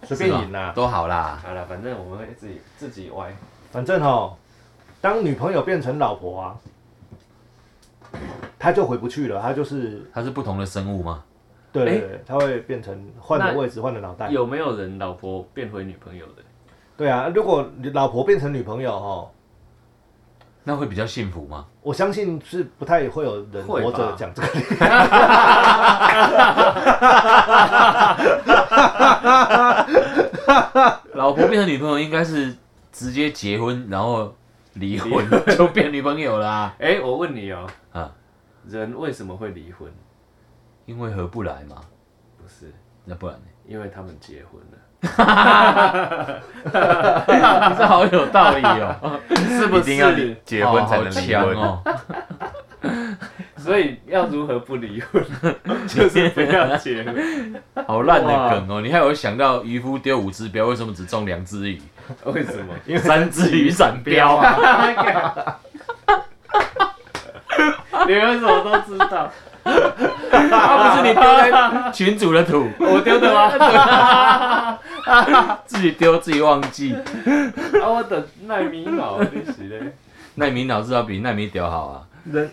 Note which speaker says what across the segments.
Speaker 1: 啊
Speaker 2: 随便赢啦。
Speaker 3: 都好啦。
Speaker 2: 好了，反正我们会自己自己歪。
Speaker 1: 反正哦，当女朋友变成老婆啊，她就回不去了，她就是
Speaker 3: 它是不同的生物吗？
Speaker 1: 对
Speaker 2: 哎
Speaker 1: 对对，她会变成换了
Speaker 2: 那
Speaker 1: 位置，换了脑袋。
Speaker 2: 有没有人老婆变回女朋友的？
Speaker 1: 对啊，如果你老婆变成女朋友哦，
Speaker 3: 那会比较幸福吗？
Speaker 1: 我相信是不太会有人
Speaker 2: 会吧
Speaker 1: 活着讲这个。
Speaker 3: 老婆变成女朋友应该是直接结婚，然后离 婚就变女朋友啦。
Speaker 2: 哎、我问你哦、
Speaker 3: 啊，
Speaker 2: 人为什么会离婚？
Speaker 3: 因为合不来嘛，
Speaker 2: 不是
Speaker 3: 那不然呢？
Speaker 2: 因为他们结婚了，
Speaker 3: 这好有道理哦，
Speaker 2: 是不
Speaker 4: 一定要
Speaker 2: 是？
Speaker 4: 结婚才能离
Speaker 3: 哦好强。
Speaker 4: 婚
Speaker 3: 哦。
Speaker 2: 所以要如何不离 婚，就是不要结婚。
Speaker 3: 好烂的梗哦！你还有想到渔夫丢五只镖，为什么只中两只鱼？
Speaker 2: 为什么？
Speaker 3: 因为三只雨伞镖 啊！
Speaker 2: 你为什么都知道？
Speaker 3: 啊，不是你丢在群主的土，
Speaker 2: 我丢 的吗？
Speaker 3: 自己丢自己忘记。
Speaker 2: 啊，我的耐米脑，你是嘞？
Speaker 3: 奈米脑至少比奈米屌好啊！
Speaker 1: 人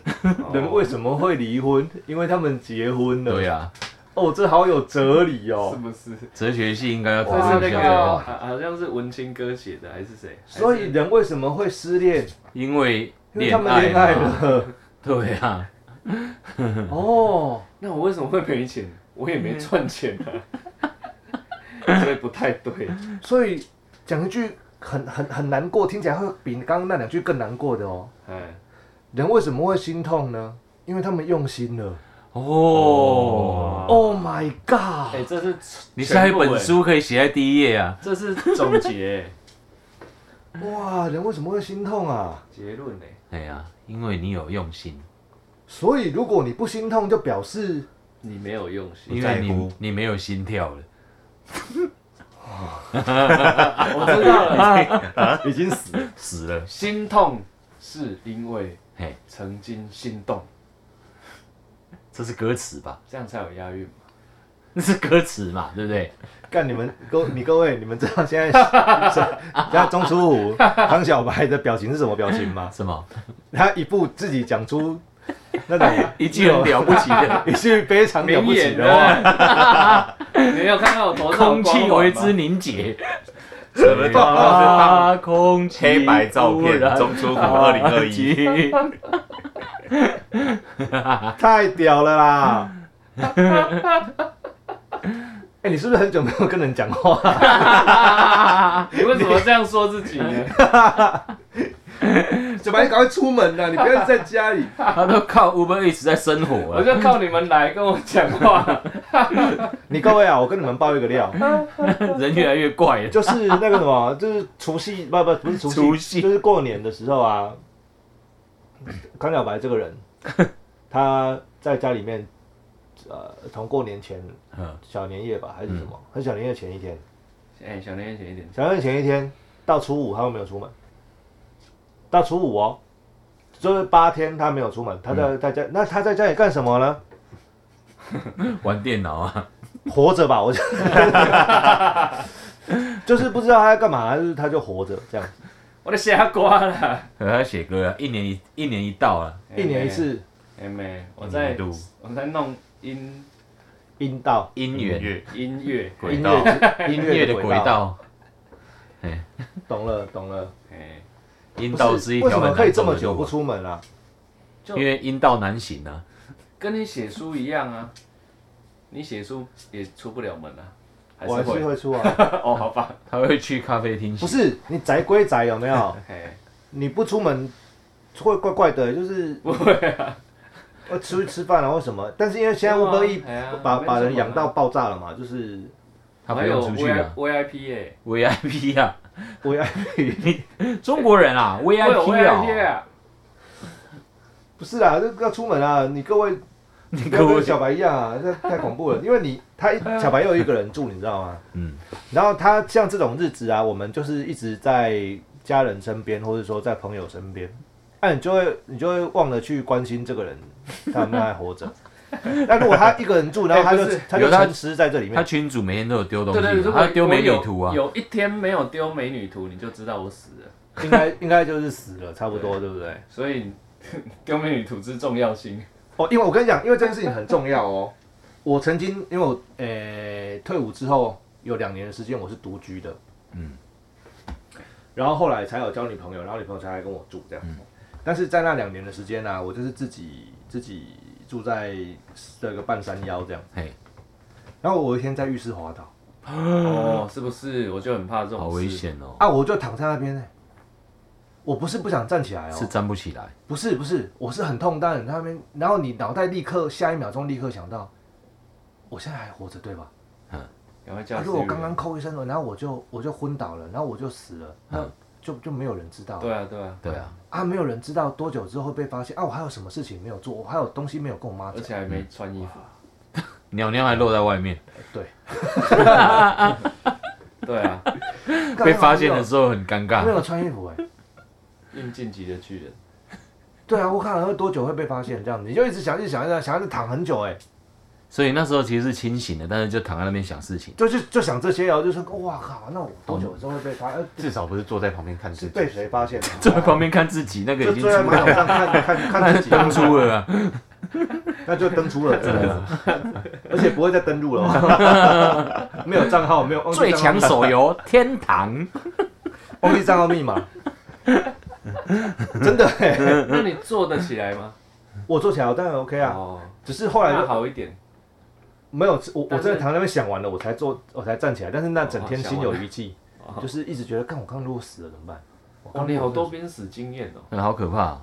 Speaker 1: 人为什么会离婚？因为他们结婚了。
Speaker 3: 对呀、啊，
Speaker 1: 哦，这好有哲理
Speaker 2: 是
Speaker 1: 哦。
Speaker 2: 不是？
Speaker 3: 哲学系应该要
Speaker 2: 这
Speaker 3: 讨
Speaker 2: 是
Speaker 3: 论
Speaker 2: 那
Speaker 3: 一下
Speaker 2: 个
Speaker 3: 这个
Speaker 2: 好
Speaker 3: 话题，
Speaker 2: 好像是文青哥写的，还是谁？
Speaker 1: 所以人为什么会失恋？
Speaker 3: 因为
Speaker 1: 因为
Speaker 3: 恋
Speaker 1: 他们恋爱
Speaker 3: 爱嘛。
Speaker 1: 了。
Speaker 3: 对啊，
Speaker 1: 哦，
Speaker 2: 那我为什么会赔钱？我也没赚钱 啊，所以不太对。
Speaker 1: 所以讲一句很很很难过，听起来会比刚刚那两句更难过的哦。
Speaker 2: 哎，
Speaker 1: 人为什么会心痛呢？因为他们用心了。
Speaker 3: 哦，
Speaker 1: Oh my
Speaker 2: 哎，
Speaker 1: god！
Speaker 2: 这是
Speaker 3: 你下一
Speaker 2: 全部
Speaker 3: 本
Speaker 2: 哎，
Speaker 3: 书可以写在第一页啊。
Speaker 2: 这是总结
Speaker 1: 哇，人为什么会心痛啊？
Speaker 2: 结论呢？
Speaker 3: 哎呀，因为你有用心，
Speaker 1: 所以如果你不心痛，就表示
Speaker 2: 你没有用心，
Speaker 3: 因
Speaker 4: 在
Speaker 3: 为
Speaker 4: 乎
Speaker 3: 你你没有心跳了。
Speaker 2: 啊我知道 了。
Speaker 1: 已经死了。
Speaker 3: 死了，
Speaker 2: 心痛是因为
Speaker 3: 嘿，
Speaker 2: 曾经心动，
Speaker 3: 这是歌词吧？
Speaker 2: 这样才有押韵嘛。
Speaker 3: 那是歌词嘛，对不对？
Speaker 1: 干你们各你各位，你们知道现在现在钟楚虎、汤小白的表情是什么表情吗？
Speaker 3: 什么？
Speaker 1: 他一步自己讲出那种
Speaker 3: 一句很了不起 的
Speaker 1: 一句非常了不起
Speaker 2: 名言
Speaker 1: 的话，
Speaker 2: 呢？ 你没有看到我头
Speaker 3: “空
Speaker 2: 上有光环
Speaker 3: 气
Speaker 2: 吗
Speaker 3: 为之凝结
Speaker 4: 什么”，广告是放
Speaker 3: 啊，空气
Speaker 4: 黑白照片中出
Speaker 3: 出
Speaker 4: 虎2021
Speaker 2: 啊
Speaker 1: 太屌了啦！ 哎、你是不是很久没有跟人讲 话？
Speaker 2: 你为什么这样说自己 呢？
Speaker 1: 小白，你赶快出门啦！你不要在家里。
Speaker 3: 他都靠 Uber 一直在生活啊
Speaker 2: 我
Speaker 3: 了。
Speaker 2: 就靠你们来跟我讲话。
Speaker 1: 你各位啊，我跟你们爆一个料，
Speaker 3: 人越来越怪了。
Speaker 1: 就是那个什么，就是除夕，不不不是除夕，
Speaker 3: 除夕
Speaker 1: 就是过年的时候啊。康小白这个 人，他在家里面，呃，从过年前
Speaker 3: 嗯，
Speaker 1: 小年夜吧，还是什么？还是小年夜前一天？
Speaker 2: 哎，小年夜前一点，
Speaker 1: 小年夜前一天到初五，他都没有出门。到初五哦，就是八天他没有出门，他
Speaker 3: 嗯
Speaker 1: 在在家，那他在家里干什么呢？
Speaker 3: 玩电脑啊，
Speaker 1: 活着吧，我就 就是不知道他在干嘛，就是他就活着这样，
Speaker 2: 我的傻瓜啦！
Speaker 3: 和他写歌啊，一年一一年一到啊，
Speaker 1: 一年一次
Speaker 2: 哎。哎妹，我
Speaker 3: 一
Speaker 2: 在
Speaker 3: 年一度
Speaker 2: 我在弄音
Speaker 1: 阴道
Speaker 3: 姻
Speaker 4: 音
Speaker 3: 缘
Speaker 4: 乐
Speaker 2: 音乐。
Speaker 4: 轨
Speaker 1: 音
Speaker 4: 道
Speaker 1: 乐之
Speaker 3: 音
Speaker 1: 音
Speaker 3: 乐
Speaker 1: 乐的
Speaker 3: 的轨
Speaker 1: 轨道，
Speaker 3: 道，哎，
Speaker 1: 懂了懂了。
Speaker 2: 哎，
Speaker 3: 阴
Speaker 1: 不
Speaker 3: 道是一
Speaker 1: 为
Speaker 3: 条
Speaker 1: 什么
Speaker 3: 很
Speaker 1: 可以
Speaker 3: 难
Speaker 1: 这
Speaker 3: 走
Speaker 1: 么
Speaker 3: 的
Speaker 1: 久
Speaker 3: 路
Speaker 1: 不
Speaker 3: 啊，
Speaker 1: 出门啊？
Speaker 2: 就
Speaker 3: 因为阴道难行啊。
Speaker 2: 跟你写书一样啊，你写书也出不了门啊，还
Speaker 1: 我还
Speaker 2: 是
Speaker 1: 是
Speaker 2: 会。
Speaker 1: 会出啊，
Speaker 2: 哦，好吧。
Speaker 3: 他会去咖啡厅写，
Speaker 1: 不是你宅归宅有没
Speaker 3: 哦
Speaker 1: 有？
Speaker 2: 哎，
Speaker 1: 你不出门会怪怪的，就是
Speaker 2: 不会啊。
Speaker 1: 要出去吃饭啊或什么。但是因为现在
Speaker 2: 对啊
Speaker 1: Uber E
Speaker 2: 哎呀
Speaker 1: 把
Speaker 2: 没
Speaker 1: 把
Speaker 2: 什
Speaker 1: 人
Speaker 2: 么
Speaker 1: 养
Speaker 2: 啦
Speaker 1: 到爆炸了嘛，就是
Speaker 3: 他不
Speaker 2: 还有
Speaker 3: 用出去啊。
Speaker 2: VIP 耶、
Speaker 3: VIP 啊，
Speaker 1: 我要
Speaker 3: 中国人啊
Speaker 2: 我有
Speaker 3: VIP
Speaker 2: ，VIP
Speaker 3: 啊，
Speaker 2: 啊，
Speaker 1: 不是啊，这要出门啊，你各位
Speaker 3: 你
Speaker 1: 你
Speaker 3: 跟
Speaker 1: 跟
Speaker 3: 我
Speaker 1: 我
Speaker 3: 讲，
Speaker 1: 小白一样啊，这太恐怖了。因为你他一小白又一个人住，你知道吗？
Speaker 3: 嗯，
Speaker 1: 然后他像这种日子啊，我们就是一直在家人身边，或者说在啊朋友身边，那、你就会你就会忘了去关心这个人，他有没有还活着。 那如果他一个人住，然后他就
Speaker 2: 哎不是
Speaker 1: 他就
Speaker 3: 有他
Speaker 1: 沉思在这里
Speaker 3: 他
Speaker 1: 面，
Speaker 3: 群主每天都有丢东西
Speaker 2: 对
Speaker 3: 啊
Speaker 2: 对，，如果
Speaker 3: 他丢美女图
Speaker 2: 我
Speaker 3: 啊，
Speaker 2: 有有一天没有丢美女图，你就知道我死了。
Speaker 1: 应该应该就是死了，差不多，对不对？
Speaker 2: 所以 丢美女图之重 要性，
Speaker 1: 哦，因为我跟你讲，因为这件事情很重要哦。我曾经因为我呃退伍之后有两年的时间我是独居的，嗯，然后后来才有交女朋友，然后女朋友才来跟我住这样。但是在那两年的时间呢、啊我就是自己自己住在这个半山腰这样。
Speaker 3: 嘿，
Speaker 1: 然后我有一天在浴室滑倒
Speaker 2: 哦，是不是？我就很怕这种
Speaker 3: 好
Speaker 2: 事
Speaker 3: 危。险哦，
Speaker 1: 啊，我就躺在那边呢、我不是不想站起来哦，
Speaker 3: 是站不起来，
Speaker 1: 不是不是，我是很痛，但很在那边，然后你脑袋立刻下一秒钟立刻想到，我现在还活着对吧？
Speaker 2: 赶快
Speaker 1: 啊
Speaker 2: 叫、
Speaker 1: 如果我刚刚扣一声了，然后我就我就昏倒了，然后我就死了，那
Speaker 3: 嗯
Speaker 1: 就就没有人知道
Speaker 2: 对啊对啊，
Speaker 3: 对啊，
Speaker 1: 啊，没有人知道多久之后被发现啊，我还有什么事情没有做，我还有东西没有跟我妈
Speaker 2: 而
Speaker 1: 讲，
Speaker 2: 且还没 穿衣服。
Speaker 3: 鸟鸟还露在外面，
Speaker 1: 对，
Speaker 2: 对啊，
Speaker 4: 呃
Speaker 1: 干
Speaker 3: 被发现
Speaker 1: 我没
Speaker 3: 的
Speaker 1: 有
Speaker 3: 时候很尴
Speaker 4: 啊
Speaker 1: 没
Speaker 3: 尬，
Speaker 1: 有穿衣服哎、
Speaker 2: 硬晋级的巨人，
Speaker 1: 对啊，我看了会多久会被发现这样，你就一直想一直想一直想，一直躺很久哎、
Speaker 3: 所以那时候其实是清醒的，但是就躺在那边想事情，
Speaker 1: 就就就想这些哦，就说哇靠，那我多久之后会被发现？呃
Speaker 4: 至少不是坐在旁边看
Speaker 1: 是
Speaker 4: 自
Speaker 1: 被
Speaker 4: 己。
Speaker 1: 谁发现？
Speaker 3: 坐在旁边看自己，那个
Speaker 1: 就
Speaker 3: 已经出
Speaker 1: 坐在马
Speaker 3: 来
Speaker 1: 桶上看看看自己，
Speaker 3: 登出 了啊，
Speaker 1: 那就登出了，真的， 而且不会再登录了哦， 没有账号，没有忘记
Speaker 3: 最
Speaker 1: 账号
Speaker 3: 强手游天堂，
Speaker 1: 忘记账号密码，真的欸、
Speaker 2: 那你坐得起来吗？
Speaker 1: 我做起来我当然 OK 啊，
Speaker 2: 哦，
Speaker 1: 只是后来
Speaker 2: 那
Speaker 1: 就
Speaker 2: 好一点。
Speaker 1: 没有我我
Speaker 2: 但是
Speaker 1: 真的躺在那边想完了，我才坐我才站起来，但是那整天
Speaker 2: 哦
Speaker 1: 心有余悸，
Speaker 2: 哦
Speaker 1: 就是一直觉得，看我刚刚如果死了怎么办？我
Speaker 2: 哇，
Speaker 1: 刚
Speaker 2: 哦你好多濒死经验哦。
Speaker 3: 嗯好可怕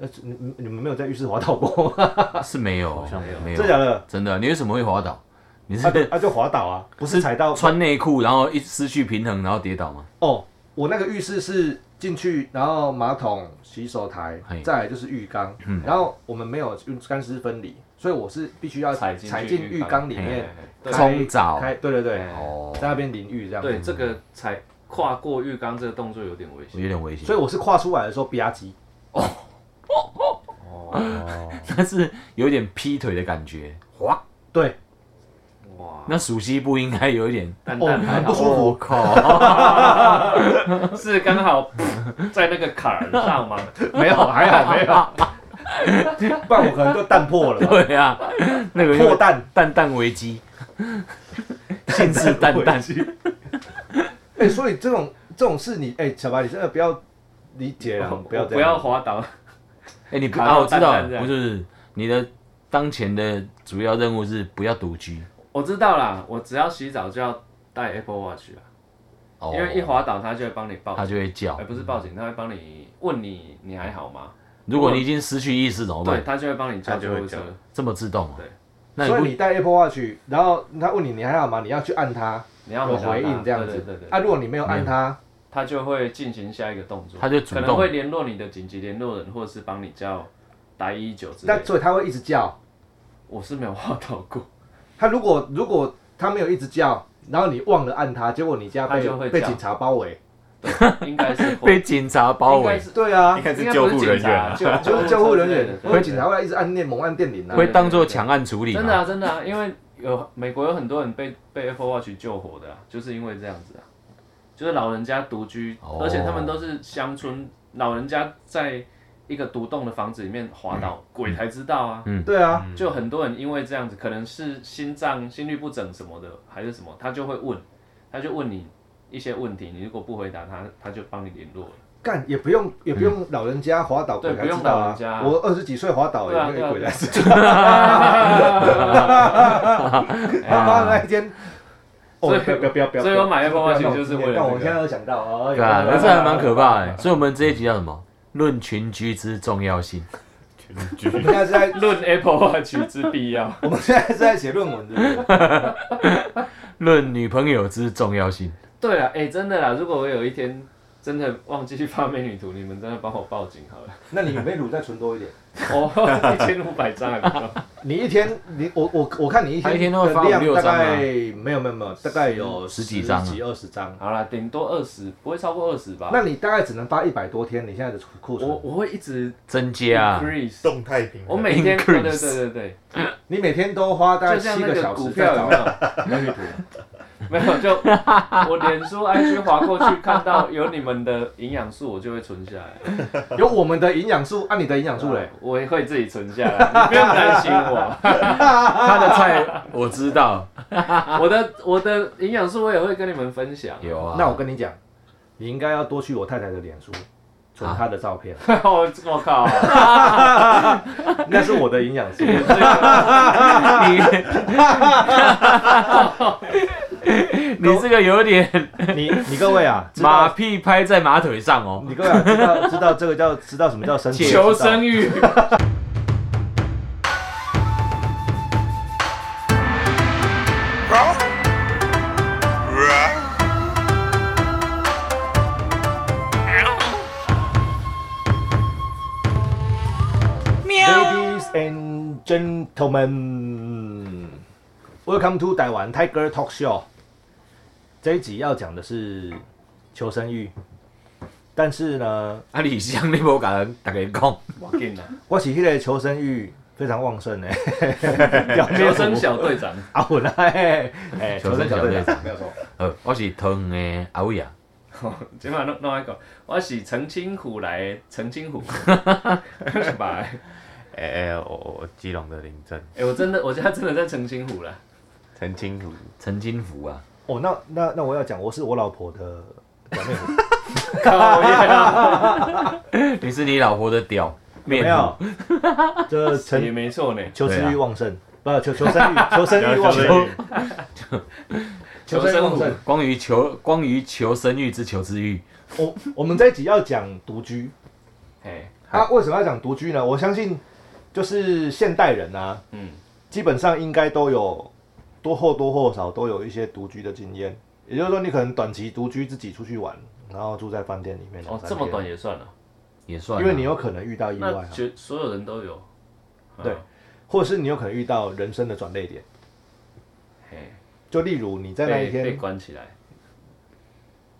Speaker 1: 呃，你你你们没有在浴室滑倒过吗？
Speaker 3: 哦，是没有，
Speaker 4: 像没有
Speaker 3: 没
Speaker 1: 真的假
Speaker 3: 有，
Speaker 1: 的？
Speaker 3: 真的，你为什么会滑倒？你
Speaker 1: 啊就是啊就滑倒啊，不是踩到
Speaker 3: 穿内裤然后一失去平衡然后跌倒吗？
Speaker 1: 哦，我那个浴室是进去，然后马桶、洗手台
Speaker 3: 嘿，
Speaker 1: 再来就是浴缸，
Speaker 2: 嗯
Speaker 1: 然后我们没有用干湿分离，所以我是必须要
Speaker 2: 踩
Speaker 1: 踩
Speaker 2: 进去
Speaker 1: 进浴缸里
Speaker 2: 嘿
Speaker 1: 面
Speaker 2: 嘿嘿
Speaker 1: 开
Speaker 2: 对
Speaker 3: 冲澡
Speaker 1: 开对对对，
Speaker 2: 嘿
Speaker 3: 哦，
Speaker 1: 在那边淋浴这样。
Speaker 2: 对，这个踩跨过浴缸这个动作有点危
Speaker 3: 有
Speaker 2: 险。
Speaker 3: 点危险，
Speaker 1: 所以我是跨出来的时候吧唧，
Speaker 2: 哦，
Speaker 3: 但是有点劈腿的感觉，哇，
Speaker 1: 对，
Speaker 2: 哇，
Speaker 3: 那熟悉不应该有一点，
Speaker 2: 蛋
Speaker 1: 哦，
Speaker 2: 蛋还
Speaker 1: 很不
Speaker 2: 好，
Speaker 1: 舒服。
Speaker 3: 靠，
Speaker 2: 是刚好 在那个坎儿上吗？
Speaker 1: 没有，还好没 有，不然我可能就蛋破了吧，
Speaker 3: 对啊，那个
Speaker 1: 破
Speaker 3: 叫
Speaker 1: 蛋。
Speaker 3: 蛋蛋危机，信誓旦旦，
Speaker 1: 哎，所以这种这种事你，哎，小白，你真的不要理解了，不要这
Speaker 2: 哦不要
Speaker 1: 样。
Speaker 2: 滑倒。
Speaker 3: 哎，你不
Speaker 2: 卡
Speaker 3: 啊，
Speaker 2: 到
Speaker 3: 我知道
Speaker 2: 蛋蛋这，样
Speaker 3: 不是你的当前的主要任务是不要独居，
Speaker 2: 我知道啦，我只要洗澡就要带 Apple Watch 啦，
Speaker 3: 哦
Speaker 2: 因为一滑倒它就会帮你报
Speaker 3: 他
Speaker 2: 警，
Speaker 3: 就会叫
Speaker 2: 哎，，不是报警，它会帮你问你你还好吗？
Speaker 3: 如果你已经失去意识怎么
Speaker 2: 对，
Speaker 3: 办？
Speaker 2: 它就会帮你叫
Speaker 4: 它就
Speaker 2: 救
Speaker 4: 会
Speaker 2: 护
Speaker 4: 叫
Speaker 2: 车。
Speaker 3: 这么自动啊
Speaker 2: 对？
Speaker 3: 那
Speaker 1: 所以
Speaker 3: 你
Speaker 1: 你带 Apple Watch，然后他问你你还好吗？你要去按它。
Speaker 2: 你要
Speaker 1: 有
Speaker 2: 回答
Speaker 1: 回应这样子。
Speaker 2: 对对对对，
Speaker 1: 啊，如果你没有按它，
Speaker 2: 它就会进行下一个动作，
Speaker 3: 它就主
Speaker 2: 可能
Speaker 3: 动
Speaker 2: 会联络你的紧急联络人，或者是帮你叫打一一九之类
Speaker 1: 那
Speaker 2: 的。
Speaker 1: 所以它会一直叫。
Speaker 2: 我是没有滑倒过，
Speaker 1: 它如果如果它没有一直叫，然后你忘了按它，结果你家
Speaker 2: 它就
Speaker 1: 被
Speaker 2: 会
Speaker 1: 被
Speaker 2: 叫
Speaker 1: 警察包围。
Speaker 2: 应该是
Speaker 3: 不被
Speaker 2: 会，
Speaker 3: 警察包
Speaker 2: 应该
Speaker 3: 围，
Speaker 2: 是
Speaker 1: 对啊
Speaker 4: 应，该
Speaker 2: 应
Speaker 4: 是
Speaker 2: 该
Speaker 4: 救
Speaker 2: 不是
Speaker 4: 护人
Speaker 2: 警
Speaker 4: 员
Speaker 2: 察，
Speaker 4: 啊，
Speaker 2: 救
Speaker 1: 就是救护人员
Speaker 2: 之类
Speaker 1: 或
Speaker 2: 的
Speaker 1: 者警察会来一直按电猛按电铃啊
Speaker 2: 对。
Speaker 3: 会当做强案处理吗
Speaker 2: 真的啊，真的啊，因为有美国有很多人被被 Apple Watch 救活的、啊，就是因为这样子啊，就是老人家独居，
Speaker 3: 哦
Speaker 2: 而且他们都是乡村老人家，在一个独栋的房子里面滑倒，鬼才知道啊。
Speaker 1: 对啊，
Speaker 2: 就很多人因为这样子，可能是心脏心律不整什么的，还是什么，他就会问，他就问你一些问题，你如果不回答他，他就帮你联络了。
Speaker 1: 干也不用也不用老人家滑倒
Speaker 2: 对
Speaker 1: 鬼才
Speaker 2: 不用
Speaker 1: 知道
Speaker 2: 老
Speaker 1: 啊
Speaker 2: 人家。啊
Speaker 1: 我二十几岁滑倒
Speaker 2: 对啊
Speaker 1: 也没有鬼才知道。 他
Speaker 2: 哎呀
Speaker 1: 妈的那一天，哦，
Speaker 2: 所以
Speaker 1: 不要不要不要不要！
Speaker 2: 所以我买
Speaker 1: 不要
Speaker 2: Apple
Speaker 1: 不
Speaker 2: Watch
Speaker 1: 要
Speaker 2: 就是为了
Speaker 1: 但我
Speaker 2: 这个
Speaker 1: 现在有想到哦，
Speaker 3: 对啊，
Speaker 1: 有
Speaker 3: 那这还蛮可怕的。所以，我们这一集叫什么？论群居之重要 性。
Speaker 1: 我们现在是在
Speaker 2: 论 Apple Watch 之必要，
Speaker 1: 我们现在是在写论文，对不对？
Speaker 3: 论女朋友之重要性，
Speaker 2: 对了，哎、真的啦，如果我有一天真的忘记发美女图，你们真的帮我报警好了。
Speaker 1: 那你美乳再存多一点，
Speaker 2: 哦，一千五百张还不够，
Speaker 1: 你一天，你我我我看你一
Speaker 3: 他
Speaker 1: 天
Speaker 3: 一天都会发
Speaker 1: 的量
Speaker 3: 五六
Speaker 1: 大
Speaker 3: 张啊
Speaker 1: 概没有没有没有，大概有
Speaker 3: 十几张啊
Speaker 1: 几二十张。
Speaker 2: 好啦，顶多二十，不会超过二十吧？
Speaker 1: 那你大概只能发一百多天，你现在的库
Speaker 2: 我
Speaker 3: 哦
Speaker 1: 存，
Speaker 2: 我会一直
Speaker 3: 增加啊
Speaker 2: increase，
Speaker 5: 动态平衡。
Speaker 2: 我每天对
Speaker 3: Increase
Speaker 2: 对对对
Speaker 1: 你每天都花大
Speaker 2: 对，
Speaker 1: 概
Speaker 2: 就像
Speaker 1: 七
Speaker 2: 那
Speaker 1: 小
Speaker 2: 股
Speaker 1: 时
Speaker 2: 票
Speaker 1: 在
Speaker 2: 有
Speaker 1: 找
Speaker 2: 没有？有一图。没有，就我脸书 IG 划过去，看到有你们的营养素，我就会存下来。
Speaker 1: 有我们的营养素，啊按你的营养
Speaker 3: 啊
Speaker 1: 素嘞，
Speaker 2: 我也会自己存下来，你不用担心 我。
Speaker 3: 他的菜， 我知道
Speaker 2: 我的我的营养素我也会跟你们分享。
Speaker 3: 有啊。
Speaker 1: 那我跟你讲，你应该要多去我太太的脸书，存
Speaker 3: 啊
Speaker 1: 她的照片，
Speaker 2: 我 我靠，
Speaker 1: 那是我的营 养素。
Speaker 3: 你你这个有点
Speaker 1: 你你各位啊，知
Speaker 3: 马
Speaker 1: 道
Speaker 3: 屁拍在马腿上哦。
Speaker 1: 你各位啊，知道知道这个叫知道什么叫生存
Speaker 2: 求
Speaker 1: 之道
Speaker 2: 生欲。
Speaker 1: Ladies and gentlemen, welcome to 台湾 Tiger Talk Show。这一集要讲的是求生欲，但是呢，
Speaker 3: 啊，李湘你无甲大家讲，
Speaker 2: 我跟你
Speaker 1: 我是迄个求生欲非常旺盛的，表
Speaker 2: 求生小队 长，
Speaker 1: 阿文啊，哎、哎
Speaker 3: 求生小队长
Speaker 1: 没有错。
Speaker 3: 呃，我是桃园的阿伟啊，
Speaker 2: 今晚弄弄一个，我是澄清湖来的澄 清湖，是吧？
Speaker 4: 哎哎，我我基隆的林镇，
Speaker 2: 哎、我真的，我家真的在澄清湖 了。
Speaker 4: 澄清湖，
Speaker 3: 陈金福啊，
Speaker 1: 哦，那那那我要讲，我是我老婆的表妹夫，
Speaker 2: 靠 呀，
Speaker 3: 你是你老婆的屌面
Speaker 1: 没
Speaker 3: 糊
Speaker 1: 有，这
Speaker 2: 也
Speaker 1: 成
Speaker 2: 没 错呢。
Speaker 1: 求
Speaker 3: 对
Speaker 1: 生
Speaker 3: 啊
Speaker 1: 欲旺盛，不求求生欲求生欲旺盛，
Speaker 2: 求生
Speaker 1: 旺盛。
Speaker 3: 光于求光于求生欲之求知欲，
Speaker 1: 我我们这一集要讲独居。
Speaker 2: 哎，
Speaker 1: 他、为什么要讲独居呢？我相信就是现代人啊，
Speaker 2: 嗯，
Speaker 1: 基本上应该都有多或多或少都有一些独居的经验。也就是说，你可能短期独居自己出去玩，然后住在饭店里面两
Speaker 2: 哦，
Speaker 1: 三
Speaker 2: 这么
Speaker 1: 天
Speaker 2: 短也算了，
Speaker 3: 也算啊，
Speaker 1: 因为你有可能遇到意外、
Speaker 2: 那
Speaker 1: 啊，
Speaker 2: 绝所有人都有。啊
Speaker 1: 对或者是你有可能遇到人生的转捩点。
Speaker 2: 哎，
Speaker 1: 就例如你在那一
Speaker 2: 被被
Speaker 1: 天，
Speaker 2: 关起来，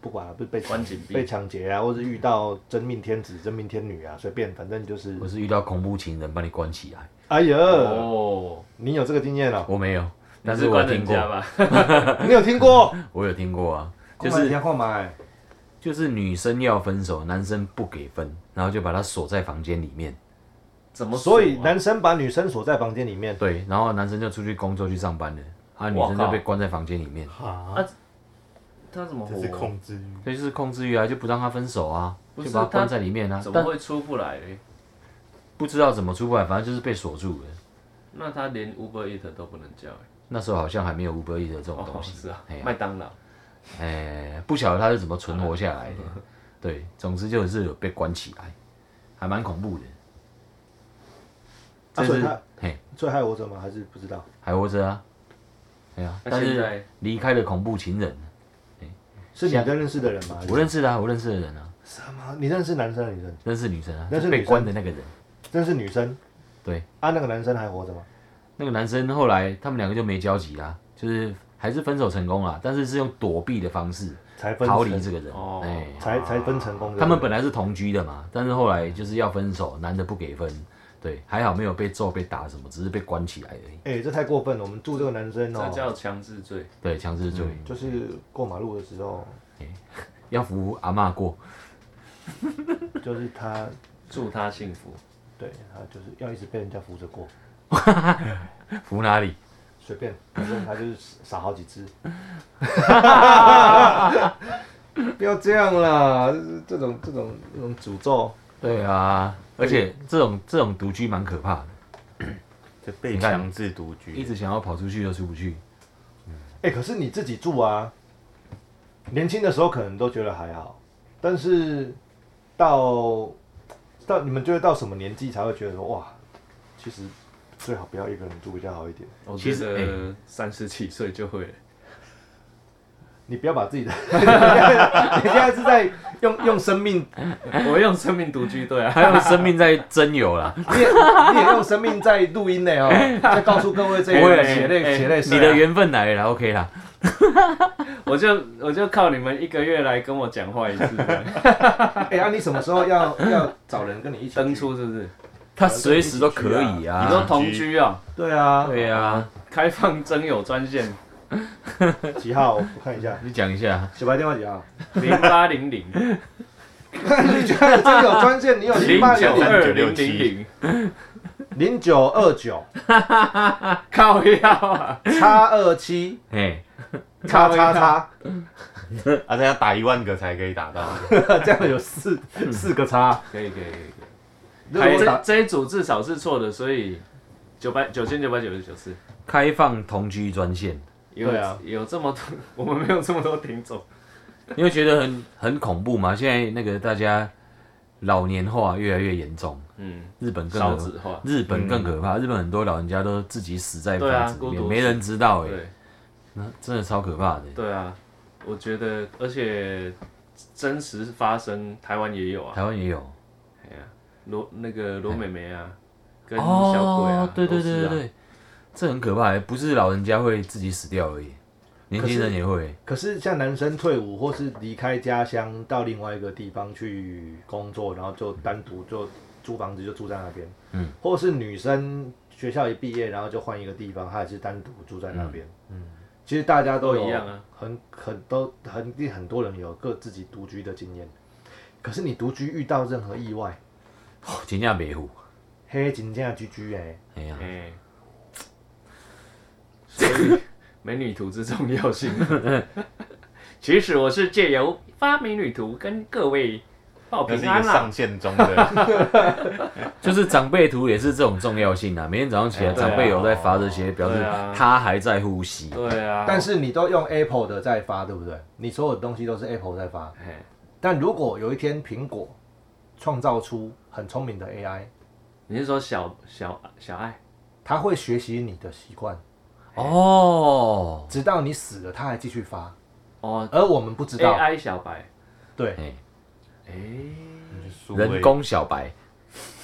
Speaker 1: 不管被被
Speaker 2: 关紧闭
Speaker 1: 被抢劫啊，或是遇到真命天子、真命天女啊，随便，反正就是，
Speaker 3: 我是遇到恐怖情人把你关起来，
Speaker 1: 哎呀，
Speaker 2: 哦，
Speaker 1: 你有这个经验了、
Speaker 3: 我没有，但
Speaker 2: 你
Speaker 3: 是我
Speaker 2: 关
Speaker 3: 有听
Speaker 2: 人家
Speaker 3: 过，
Speaker 2: 吧？
Speaker 1: 你有听过？
Speaker 3: 我有听过啊， 就
Speaker 1: 看
Speaker 3: 是
Speaker 1: 嘛看嘛哎
Speaker 3: 就是女生要分手，男生不给分，然后就把她锁在房间里面。
Speaker 2: 怎么锁啊？
Speaker 1: 所以男生把女生锁在房间里面，
Speaker 3: 对，然后男生就出去工作去上班了，啊，女
Speaker 2: 哇
Speaker 3: 生
Speaker 2: 靠
Speaker 3: 就被关在房间里面。
Speaker 5: 啊，
Speaker 2: 他怎么活啊
Speaker 5: 这是？控制欲。
Speaker 3: 这就是控制欲啊，就不让她分手啊，
Speaker 2: 不
Speaker 3: 就是把她关在里面啊
Speaker 2: 怎，么
Speaker 3: 但
Speaker 2: 会出不来嘞？
Speaker 3: 不知道怎么出不来，反正就是被锁住了。
Speaker 2: 那他连 Uber Eat 都不能叫哎、
Speaker 3: 那时候好像还没有 Uber Eats 这种
Speaker 2: 哦
Speaker 3: 东，西，
Speaker 2: 是啊
Speaker 3: 哎，呀
Speaker 2: 麦当劳。
Speaker 3: 哎、不晓得她是怎么存活下来的。对，总之就是有被关起来，还蛮恐怖的。
Speaker 1: 啊
Speaker 3: 这
Speaker 1: 所以
Speaker 3: 是、
Speaker 1: 她
Speaker 3: 嘿，
Speaker 1: 所以还活着吗？还是不知道？
Speaker 3: 还活着啊，哎呀、
Speaker 2: 那
Speaker 3: 但
Speaker 2: 现
Speaker 3: 是
Speaker 2: 在
Speaker 3: 离开了恐怖情人。
Speaker 1: 是你跟认识的人吗？
Speaker 3: 我认识的、啊，我认识的人啊，
Speaker 1: 什么？你认识男生还是女生？
Speaker 3: 认识女生啊，
Speaker 1: 认识
Speaker 3: 就
Speaker 1: 女
Speaker 3: 被
Speaker 1: 生
Speaker 3: 关的那个人，
Speaker 1: 认识女生
Speaker 3: 对，
Speaker 1: 啊？那个男生还活着吗？
Speaker 3: 那个男生后来他们两个就没交集啦，就是还是分手成功了，但是是用躲避的方式
Speaker 1: 才分
Speaker 3: 逃离
Speaker 1: 成
Speaker 3: 这个人，
Speaker 2: 哦
Speaker 3: 哎，
Speaker 1: 才才分成功的。
Speaker 3: 他们本来是同居的嘛，但是后来就是要分手，男的不给分，对，还好没有被揍被打什么，只是被关起来而已，
Speaker 1: 哎、这太过分了。我们住这个男生
Speaker 2: 这
Speaker 1: 哦，
Speaker 2: 叫强制罪。
Speaker 3: 对，强制罪、
Speaker 1: 就是过马路的时候，
Speaker 3: 要扶阿嬷过，
Speaker 1: 就是他，
Speaker 2: 祝他幸福。
Speaker 1: 对他就是要一直被人家扶着过，
Speaker 3: 扶哪里？
Speaker 1: 随便，反正他就是撒好几只。 不要这样啦，这种这种这种诅咒。
Speaker 3: 对啊，而且这种这种独居蛮可怕的，
Speaker 4: 这被强制独居，
Speaker 3: 一直想要跑出去又出不去，
Speaker 1: 哎、可是你自己住啊，年轻的时候可能都觉得还好，但是到到你们觉得到什么年纪才会觉得说哇，其实最好不要一
Speaker 3: 哎
Speaker 1: 个人住比较好一点。
Speaker 2: 我
Speaker 3: 其
Speaker 2: 觉
Speaker 3: 实
Speaker 2: 得三十几岁就会了。
Speaker 1: 你不要把自己的， 你现在是在用用生命，
Speaker 2: 我用生命独居，对啊，
Speaker 3: 还有生命在真有啦，
Speaker 1: 你也你也用生命在录音呢哦，在告诉各位这
Speaker 3: 不会
Speaker 1: 个血泪
Speaker 2: 哎
Speaker 1: 血泪史啊
Speaker 3: 你的缘分来了，OK 啦。
Speaker 2: 啊我就我就靠你们一个月来跟我讲话一次，
Speaker 1: 哎，啊，你什么时候要要找人跟你一起
Speaker 2: 登
Speaker 1: 去？
Speaker 2: 出是不是？
Speaker 3: 他随时都可以
Speaker 2: 你说
Speaker 3: 啊。
Speaker 2: 同居啊、
Speaker 1: 对啊，
Speaker 3: 对啊，
Speaker 2: 开放真友专线
Speaker 1: 几号？我看一下，
Speaker 3: 你讲一下，
Speaker 1: 小白电话几号？
Speaker 2: 零八零零
Speaker 1: 你觉得这有专线？你有零
Speaker 2: 零
Speaker 1: 八
Speaker 2: 九
Speaker 1: 零零
Speaker 2: 二零零零，
Speaker 1: 零九二九
Speaker 2: 靠腰啊！
Speaker 1: 叉二七
Speaker 3: 哎，
Speaker 1: 叉叉叉，
Speaker 4: 啊，这要打一万个才可以打到。
Speaker 2: 哦
Speaker 1: 这样有四四个叉。
Speaker 2: 可以可以可以。
Speaker 1: 啊如
Speaker 2: 还
Speaker 1: 果
Speaker 2: 这
Speaker 1: 打
Speaker 2: 这一组至少是错的，所以九百九千九百九十九次。
Speaker 3: 开放同居专线，
Speaker 2: 有
Speaker 1: 对啊
Speaker 2: 有这么多，我们没有这么多听众。
Speaker 3: 你会觉得很很恐怖嘛？现在那个大家老年化越来越严重，
Speaker 2: 嗯，
Speaker 3: 日本更
Speaker 2: 少
Speaker 3: 可
Speaker 2: 子化。
Speaker 3: 日本更可怕，日本很多老人家都自己死在
Speaker 2: 对啊
Speaker 3: 房子里
Speaker 2: 孤独
Speaker 3: 面，
Speaker 2: 死
Speaker 3: 没人知道哎，
Speaker 2: 对
Speaker 3: 那真的超可怕的。
Speaker 2: 对啊，我觉得，而且真实发生，台湾也有啊。
Speaker 3: 台湾也有
Speaker 2: 哎呀，罗那个罗美美啊，跟小鬼
Speaker 1: 哦
Speaker 2: 啊，
Speaker 3: 哦对对
Speaker 2: 都是
Speaker 3: 对对
Speaker 2: 啊，
Speaker 3: 对，这很可怕欸，不是老人家会自己死掉而已，年轻人也会。
Speaker 2: 哦
Speaker 1: 可是像男生退伍或是离开家乡到另外一个地方去工作，然后就单独就租房子就住在那边，
Speaker 3: 嗯，
Speaker 1: 或是女生学校一毕业然后就换一个地方，她也是单独住在那边，嗯，其实大家都有
Speaker 2: 都一样啊
Speaker 1: 很很都很很多人有各自己独居的经验，可是你独居遇到任何意外，
Speaker 3: 哦真正北虎，
Speaker 1: 嘿，真正居居哎，
Speaker 3: 哎呀，
Speaker 2: 哎，所 以美女图之重要性。 其实我是借由发美女图跟各位报
Speaker 4: 那是
Speaker 2: 平
Speaker 4: 一个
Speaker 2: 安啊啦
Speaker 4: 上。线中 的，
Speaker 3: 就是长辈图也是这种重要性啊。每天早上起来，
Speaker 2: 哎对啊
Speaker 3: 长辈有在发这些，表示
Speaker 2: 对啊
Speaker 3: 他还在呼吸。
Speaker 2: 对啊，
Speaker 1: 但是你都用 Apple 的在发，对不对？你所有东西都是 Apple 在发，
Speaker 2: 哎
Speaker 1: 但如果有一天苹果创造出很聪明的 AI，
Speaker 2: 你是说小小小爱？
Speaker 1: 它会学习你的习惯，
Speaker 2: 哎
Speaker 3: 哦，
Speaker 1: 直到你死了，它还继续发，
Speaker 2: 哦
Speaker 1: 而我们不知道。
Speaker 2: ，AI 小白，
Speaker 1: 对
Speaker 3: 哎，
Speaker 2: 哎、
Speaker 3: 人工小白，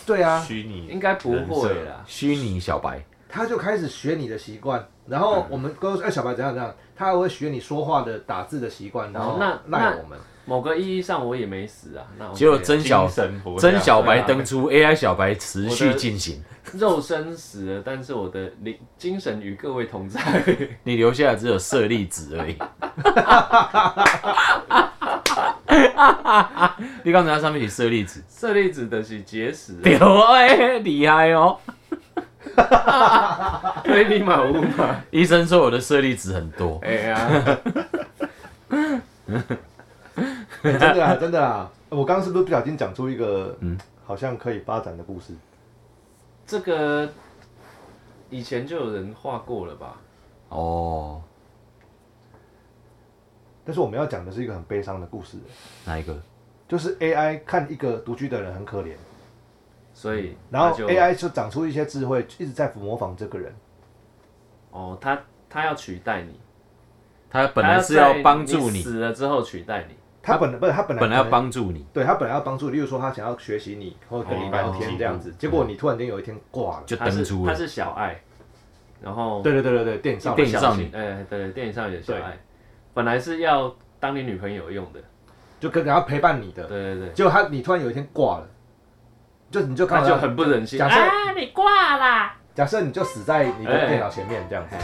Speaker 1: 对啊，
Speaker 4: 虚拟
Speaker 2: 应该不会啦。
Speaker 3: 虚拟小白，
Speaker 1: 它就开始学你的习惯，然后我们跟哎小白怎样怎样，它还会学你说话的打字的习惯，然后
Speaker 2: 哦那
Speaker 1: 赖
Speaker 2: 那
Speaker 1: 我们。
Speaker 2: 某个意义上，我也没死啊。那我
Speaker 3: 结果
Speaker 2: 也
Speaker 3: 真小
Speaker 4: 精神活
Speaker 3: 真小
Speaker 2: 对
Speaker 3: 白
Speaker 2: 啊
Speaker 3: 登出，AI 小白持
Speaker 2: 我
Speaker 3: 续
Speaker 2: 的
Speaker 3: 进行，
Speaker 2: 肉身死了，但是我的灵精神与各位 同在。
Speaker 3: 你留下的只有舍利子 而已。你刚才它上面写舍利子，
Speaker 2: 舍利子的是 结石、啊，
Speaker 3: 屌哎，厉害哦！
Speaker 2: 对啊立马无嘛。
Speaker 3: 医生说我的舍利子很多，
Speaker 2: 哎呀，
Speaker 1: 哎真 的啊，真的啊！我刚刚是不是不小心讲出一个嗯，好像可以发展的故事？
Speaker 2: 这个以前就有人画过了吧？
Speaker 3: 哦，
Speaker 1: 但是我们要讲的是一个很悲伤的故事，
Speaker 3: 哪一个？
Speaker 1: 就是 AI 看一个独居的人很可怜。
Speaker 2: 所以
Speaker 1: 嗯然后
Speaker 2: 他就
Speaker 1: AI 就长出一些智慧，一直在模仿这个人。
Speaker 2: 哦，他他要取代你，
Speaker 3: 他本来是
Speaker 2: 他
Speaker 3: 要
Speaker 2: 在
Speaker 3: 帮助
Speaker 2: 你
Speaker 3: 你，
Speaker 2: 死了之后取代你。
Speaker 1: 他本来不是他本来
Speaker 3: 本来要
Speaker 1: 可能，
Speaker 3: 帮助你，
Speaker 1: 对他本来要帮助，例如说他想要学习你或者跟你聊
Speaker 2: 哦
Speaker 1: 天这样子，结果你突然间有一天挂了。
Speaker 3: 就
Speaker 2: 他
Speaker 3: 登
Speaker 2: 是
Speaker 3: 出
Speaker 2: 他
Speaker 3: 了。
Speaker 2: 是小爱，然后
Speaker 1: 对对对对对，电
Speaker 2: 小
Speaker 1: 商
Speaker 3: 电影少女
Speaker 2: 小哎、对，电影少女的小
Speaker 1: 对
Speaker 2: 爱，本来是要当你女朋友用的，
Speaker 1: 就跟然后陪伴你的，
Speaker 2: 对对对，
Speaker 1: 结果他你突然有一天挂了，就你就看
Speaker 2: 他
Speaker 1: 到
Speaker 2: 就
Speaker 1: 他
Speaker 2: 很不忍心
Speaker 1: 假设
Speaker 2: 啊，你挂啦，
Speaker 1: 假设你就死在你的电脑前面这样子，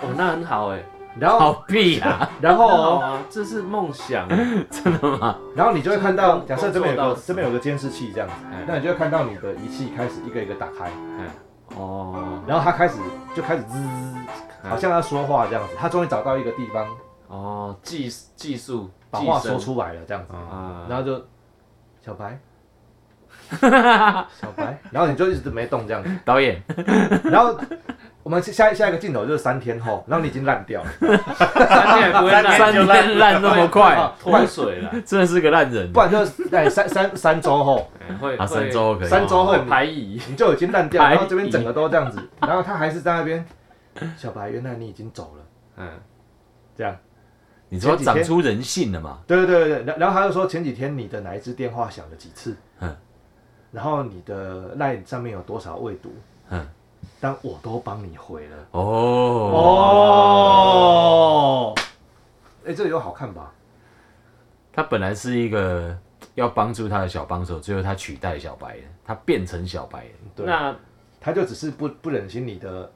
Speaker 2: 哦，那很好哎、
Speaker 1: 然
Speaker 3: 好
Speaker 1: 后
Speaker 3: 哦屁 啦！
Speaker 1: 然后
Speaker 2: 很好
Speaker 1: 哦
Speaker 2: 啊，这是梦想，啊
Speaker 1: 然后你就会看到，
Speaker 2: 就是
Speaker 1: 假设这边有
Speaker 2: 工作
Speaker 1: 个
Speaker 2: 到
Speaker 1: 这边有个监视器这样子
Speaker 2: 哎，
Speaker 1: 那你就会看到你的仪器开始一个一个打开，
Speaker 2: 哎哦
Speaker 1: 然后他开始就开始滋，好像要说话这样子，他终于找到一个地方
Speaker 2: 哦，技技术
Speaker 1: 把话
Speaker 2: 寄生
Speaker 1: 说出来了，这样子，
Speaker 2: 啊，
Speaker 1: 然后就小白，小白，然后你就一直没动这样子，
Speaker 3: 导演，
Speaker 1: 然后我们下下一个镜头就是三天后，然后你已经烂掉了，
Speaker 2: 三天也不会
Speaker 3: 三
Speaker 2: 烂，就烂
Speaker 3: 天烂那么快，
Speaker 2: 啊脱水 了，
Speaker 3: 真的是个烂人
Speaker 1: 不。然就是在三三三周后，
Speaker 2: 哎会
Speaker 3: 啊，
Speaker 2: 会
Speaker 3: 三周可以，
Speaker 1: 三周后
Speaker 2: 会排遗，
Speaker 1: 你就已经烂掉，
Speaker 3: 白
Speaker 1: 然后这边整个都这样子，然后他还是在那边，小白，原来你已经走了，
Speaker 2: 嗯，
Speaker 1: 这样，
Speaker 3: 你说
Speaker 1: 前几天
Speaker 3: 长出人性了嘛？
Speaker 1: 对对对对，然然后他就说前几天你的哪一支电话响了几次，
Speaker 3: 嗯
Speaker 1: 然后你的 line 上面有多少未读，
Speaker 3: 嗯
Speaker 1: 但我都帮你回了。
Speaker 3: 哦，
Speaker 1: 哦，哎，这个有好看吧？
Speaker 3: 他本来是一个要帮助他的小帮手，最后他取代小白了，他变成小白 了。
Speaker 1: 嗯对，
Speaker 2: 那
Speaker 1: 他就只是不不忍心你的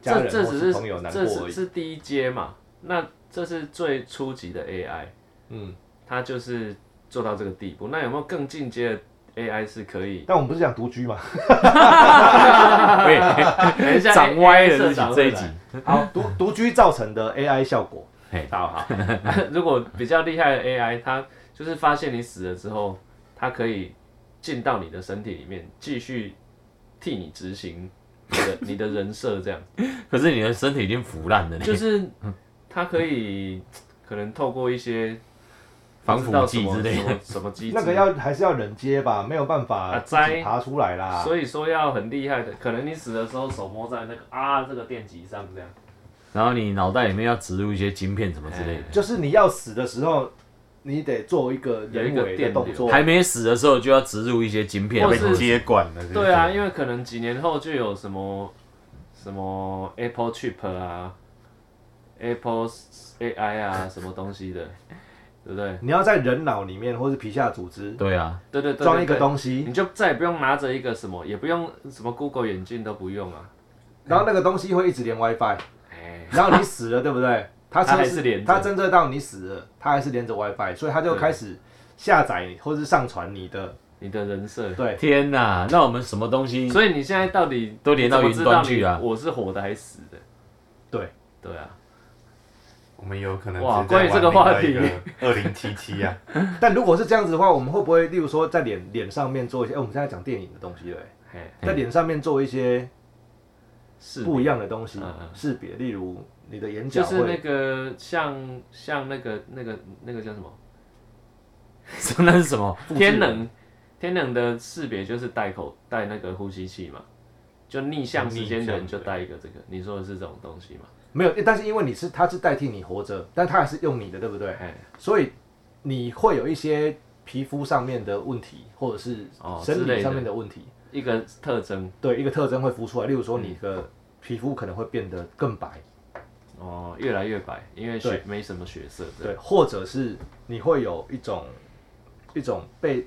Speaker 1: 家
Speaker 2: 这
Speaker 1: 人
Speaker 2: 这
Speaker 1: 或
Speaker 2: 只
Speaker 1: 是
Speaker 2: 是
Speaker 1: 朋友难过
Speaker 2: 这
Speaker 1: 而
Speaker 2: 只
Speaker 1: 已。
Speaker 2: 是第一阶嘛，那这是最初级的 AI，
Speaker 1: 嗯，
Speaker 2: 它就是做到这个地步。那有没有更进阶的 AI 是 可以？
Speaker 1: 但我们不是讲独居嘛？
Speaker 2: 等一下
Speaker 3: 长歪了
Speaker 2: AI
Speaker 3: 自
Speaker 2: 社长
Speaker 3: 己这一
Speaker 2: 会
Speaker 3: 集
Speaker 2: 来，
Speaker 1: 好，独独居造成的 AI 效果，
Speaker 2: 好好， 如果比较厉害的 AI，它就是发现你死了之后，它可以进到你的身体里面，继续替你执行你的你的人设，这样
Speaker 3: 可是你的身体已经腐 烂了呢，
Speaker 2: 就是它可以可能透过一些
Speaker 3: 防
Speaker 2: 不知
Speaker 3: 腐
Speaker 2: 道什
Speaker 3: 剂
Speaker 2: 么
Speaker 3: 之类
Speaker 2: 什
Speaker 3: 的。
Speaker 2: 么什么机制，
Speaker 1: 那个要还是要人接吧，没有办法
Speaker 2: 啊
Speaker 1: 自
Speaker 2: 摘
Speaker 1: 己爬出来啦。
Speaker 2: 所以说要很厉害的，可能你死的时候手摸在那个啊这个电极上这样，
Speaker 3: 然后你脑袋里面要植入一些晶片什么之类的，
Speaker 1: 就是你要死的时候，你得做一个人为的动作。
Speaker 3: 还没死的时候就要植入一些晶片
Speaker 2: 哎或
Speaker 4: 被
Speaker 2: 是
Speaker 4: 接管了。就是
Speaker 2: 对啊，，因为可能几年后就有什么什么 Apple Chip 啊，Apple AI 啊，什么东西的，对不对？
Speaker 1: 你要在人脑里面或是皮下组织
Speaker 3: 对啊，
Speaker 2: 对对对，
Speaker 1: 装一个
Speaker 2: 对，
Speaker 1: 东
Speaker 2: 对
Speaker 1: 西，
Speaker 2: 你就再也不用拿着一个什么，也不用什么 Google 眼镜都不用啊，
Speaker 1: 然后那个东西会一直连 WiFi，
Speaker 2: 哎，
Speaker 1: 然后你死了，对不对？它
Speaker 2: 它还
Speaker 1: 侦
Speaker 2: 是连着
Speaker 1: 它侦测到你死了，它还是连着 WiFi，所以它就开始下载或是上传你的。
Speaker 2: 你的人设。
Speaker 1: 对，
Speaker 3: 天哪，那我们什么东西？
Speaker 2: 所以你现在到底
Speaker 3: 嗯都连到云端去啊
Speaker 2: 你怎么知道你我是活的还是死的？
Speaker 1: 对
Speaker 2: 对啊，
Speaker 4: 我们有可能
Speaker 2: 哇关于这个话题，
Speaker 4: 二零七七啊，
Speaker 1: 但如果是这样子的话，我们会不会，例如说在脸脸上面做一些？哎、我们现在讲电影的东西了、哎
Speaker 2: 哎，
Speaker 1: 在脸上面做一些
Speaker 2: 是
Speaker 1: 不一样的东西
Speaker 2: 嗯嗯
Speaker 1: 识别，例如你的眼
Speaker 2: 就
Speaker 1: 角
Speaker 2: 是那
Speaker 1: 会，
Speaker 2: 个像像那个那个那个叫什么
Speaker 3: 那是什么？
Speaker 2: 天能，天能的识别就是戴口戴那个呼吸器嘛，就逆向时间的人
Speaker 4: 逆向
Speaker 2: 就戴一个这个，你说的是这种东西嘛？
Speaker 1: 没有，但是因为你是它是代替你活着，但它还是用你的，对不对？
Speaker 2: 哎，
Speaker 1: 所以你会有一些皮肤上面的问题，或者是
Speaker 2: 哦之
Speaker 1: 身
Speaker 2: 类
Speaker 1: 体
Speaker 2: 的
Speaker 1: 上面的问题，
Speaker 2: 一个特征
Speaker 1: 对一个特征会浮出来。例如
Speaker 2: 嗯
Speaker 1: 说，你的皮肤可能会变得更白，
Speaker 2: 哦，越来越白，因为
Speaker 1: 对
Speaker 2: 血没什么血色这样。
Speaker 1: 对，或者是你会有一种一种被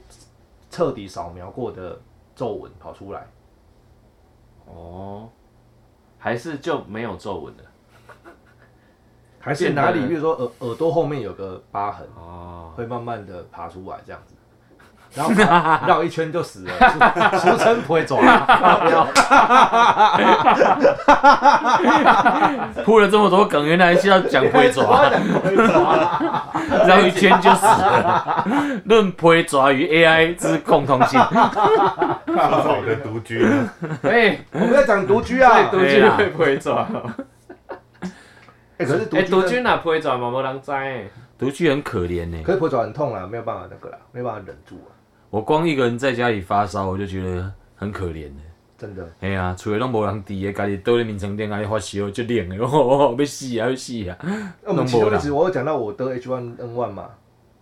Speaker 1: 彻底扫描过的皱纹跑出来。
Speaker 2: 哦，还是就没有皱纹了
Speaker 1: 还是哪里，比如说耳耳朵后面有个疤痕，
Speaker 2: 哦。
Speaker 1: 会慢慢的爬出来这样子，然后爬绕一圈就死了，俗 俗称不会走啊。
Speaker 3: 铺了这么多梗，原来是要讲龟
Speaker 2: 哎
Speaker 3: 爪，绕一圈就死了。论龟爪与 AI 之共通性，
Speaker 4: 说好的独居啊 呢？
Speaker 2: 哎，
Speaker 1: 我们在讲独居啊，
Speaker 2: 独
Speaker 3: 对
Speaker 2: 居
Speaker 3: 啦
Speaker 2: 会不会抓？哦
Speaker 1: 哎，可是独
Speaker 2: 哎，
Speaker 1: 居
Speaker 2: 独
Speaker 1: 真
Speaker 2: 居
Speaker 1: 的，
Speaker 2: 哪不会抓嘛？没人知道哎。
Speaker 3: 独居很可怜呢、
Speaker 1: 可是不会走很痛啊啦，没有办法那个啦，没有办法忍住啊，
Speaker 3: 我光一个人在家里发烧，我就觉得很可怜的。
Speaker 1: 真的。
Speaker 3: 哎呀、除了拢无人滴的，家己倒咧眠床顶，家己发烧，就冷的，哦，要死啊，要死啊！
Speaker 1: 那我们其中一直我有讲到我得 H1N1 嘛，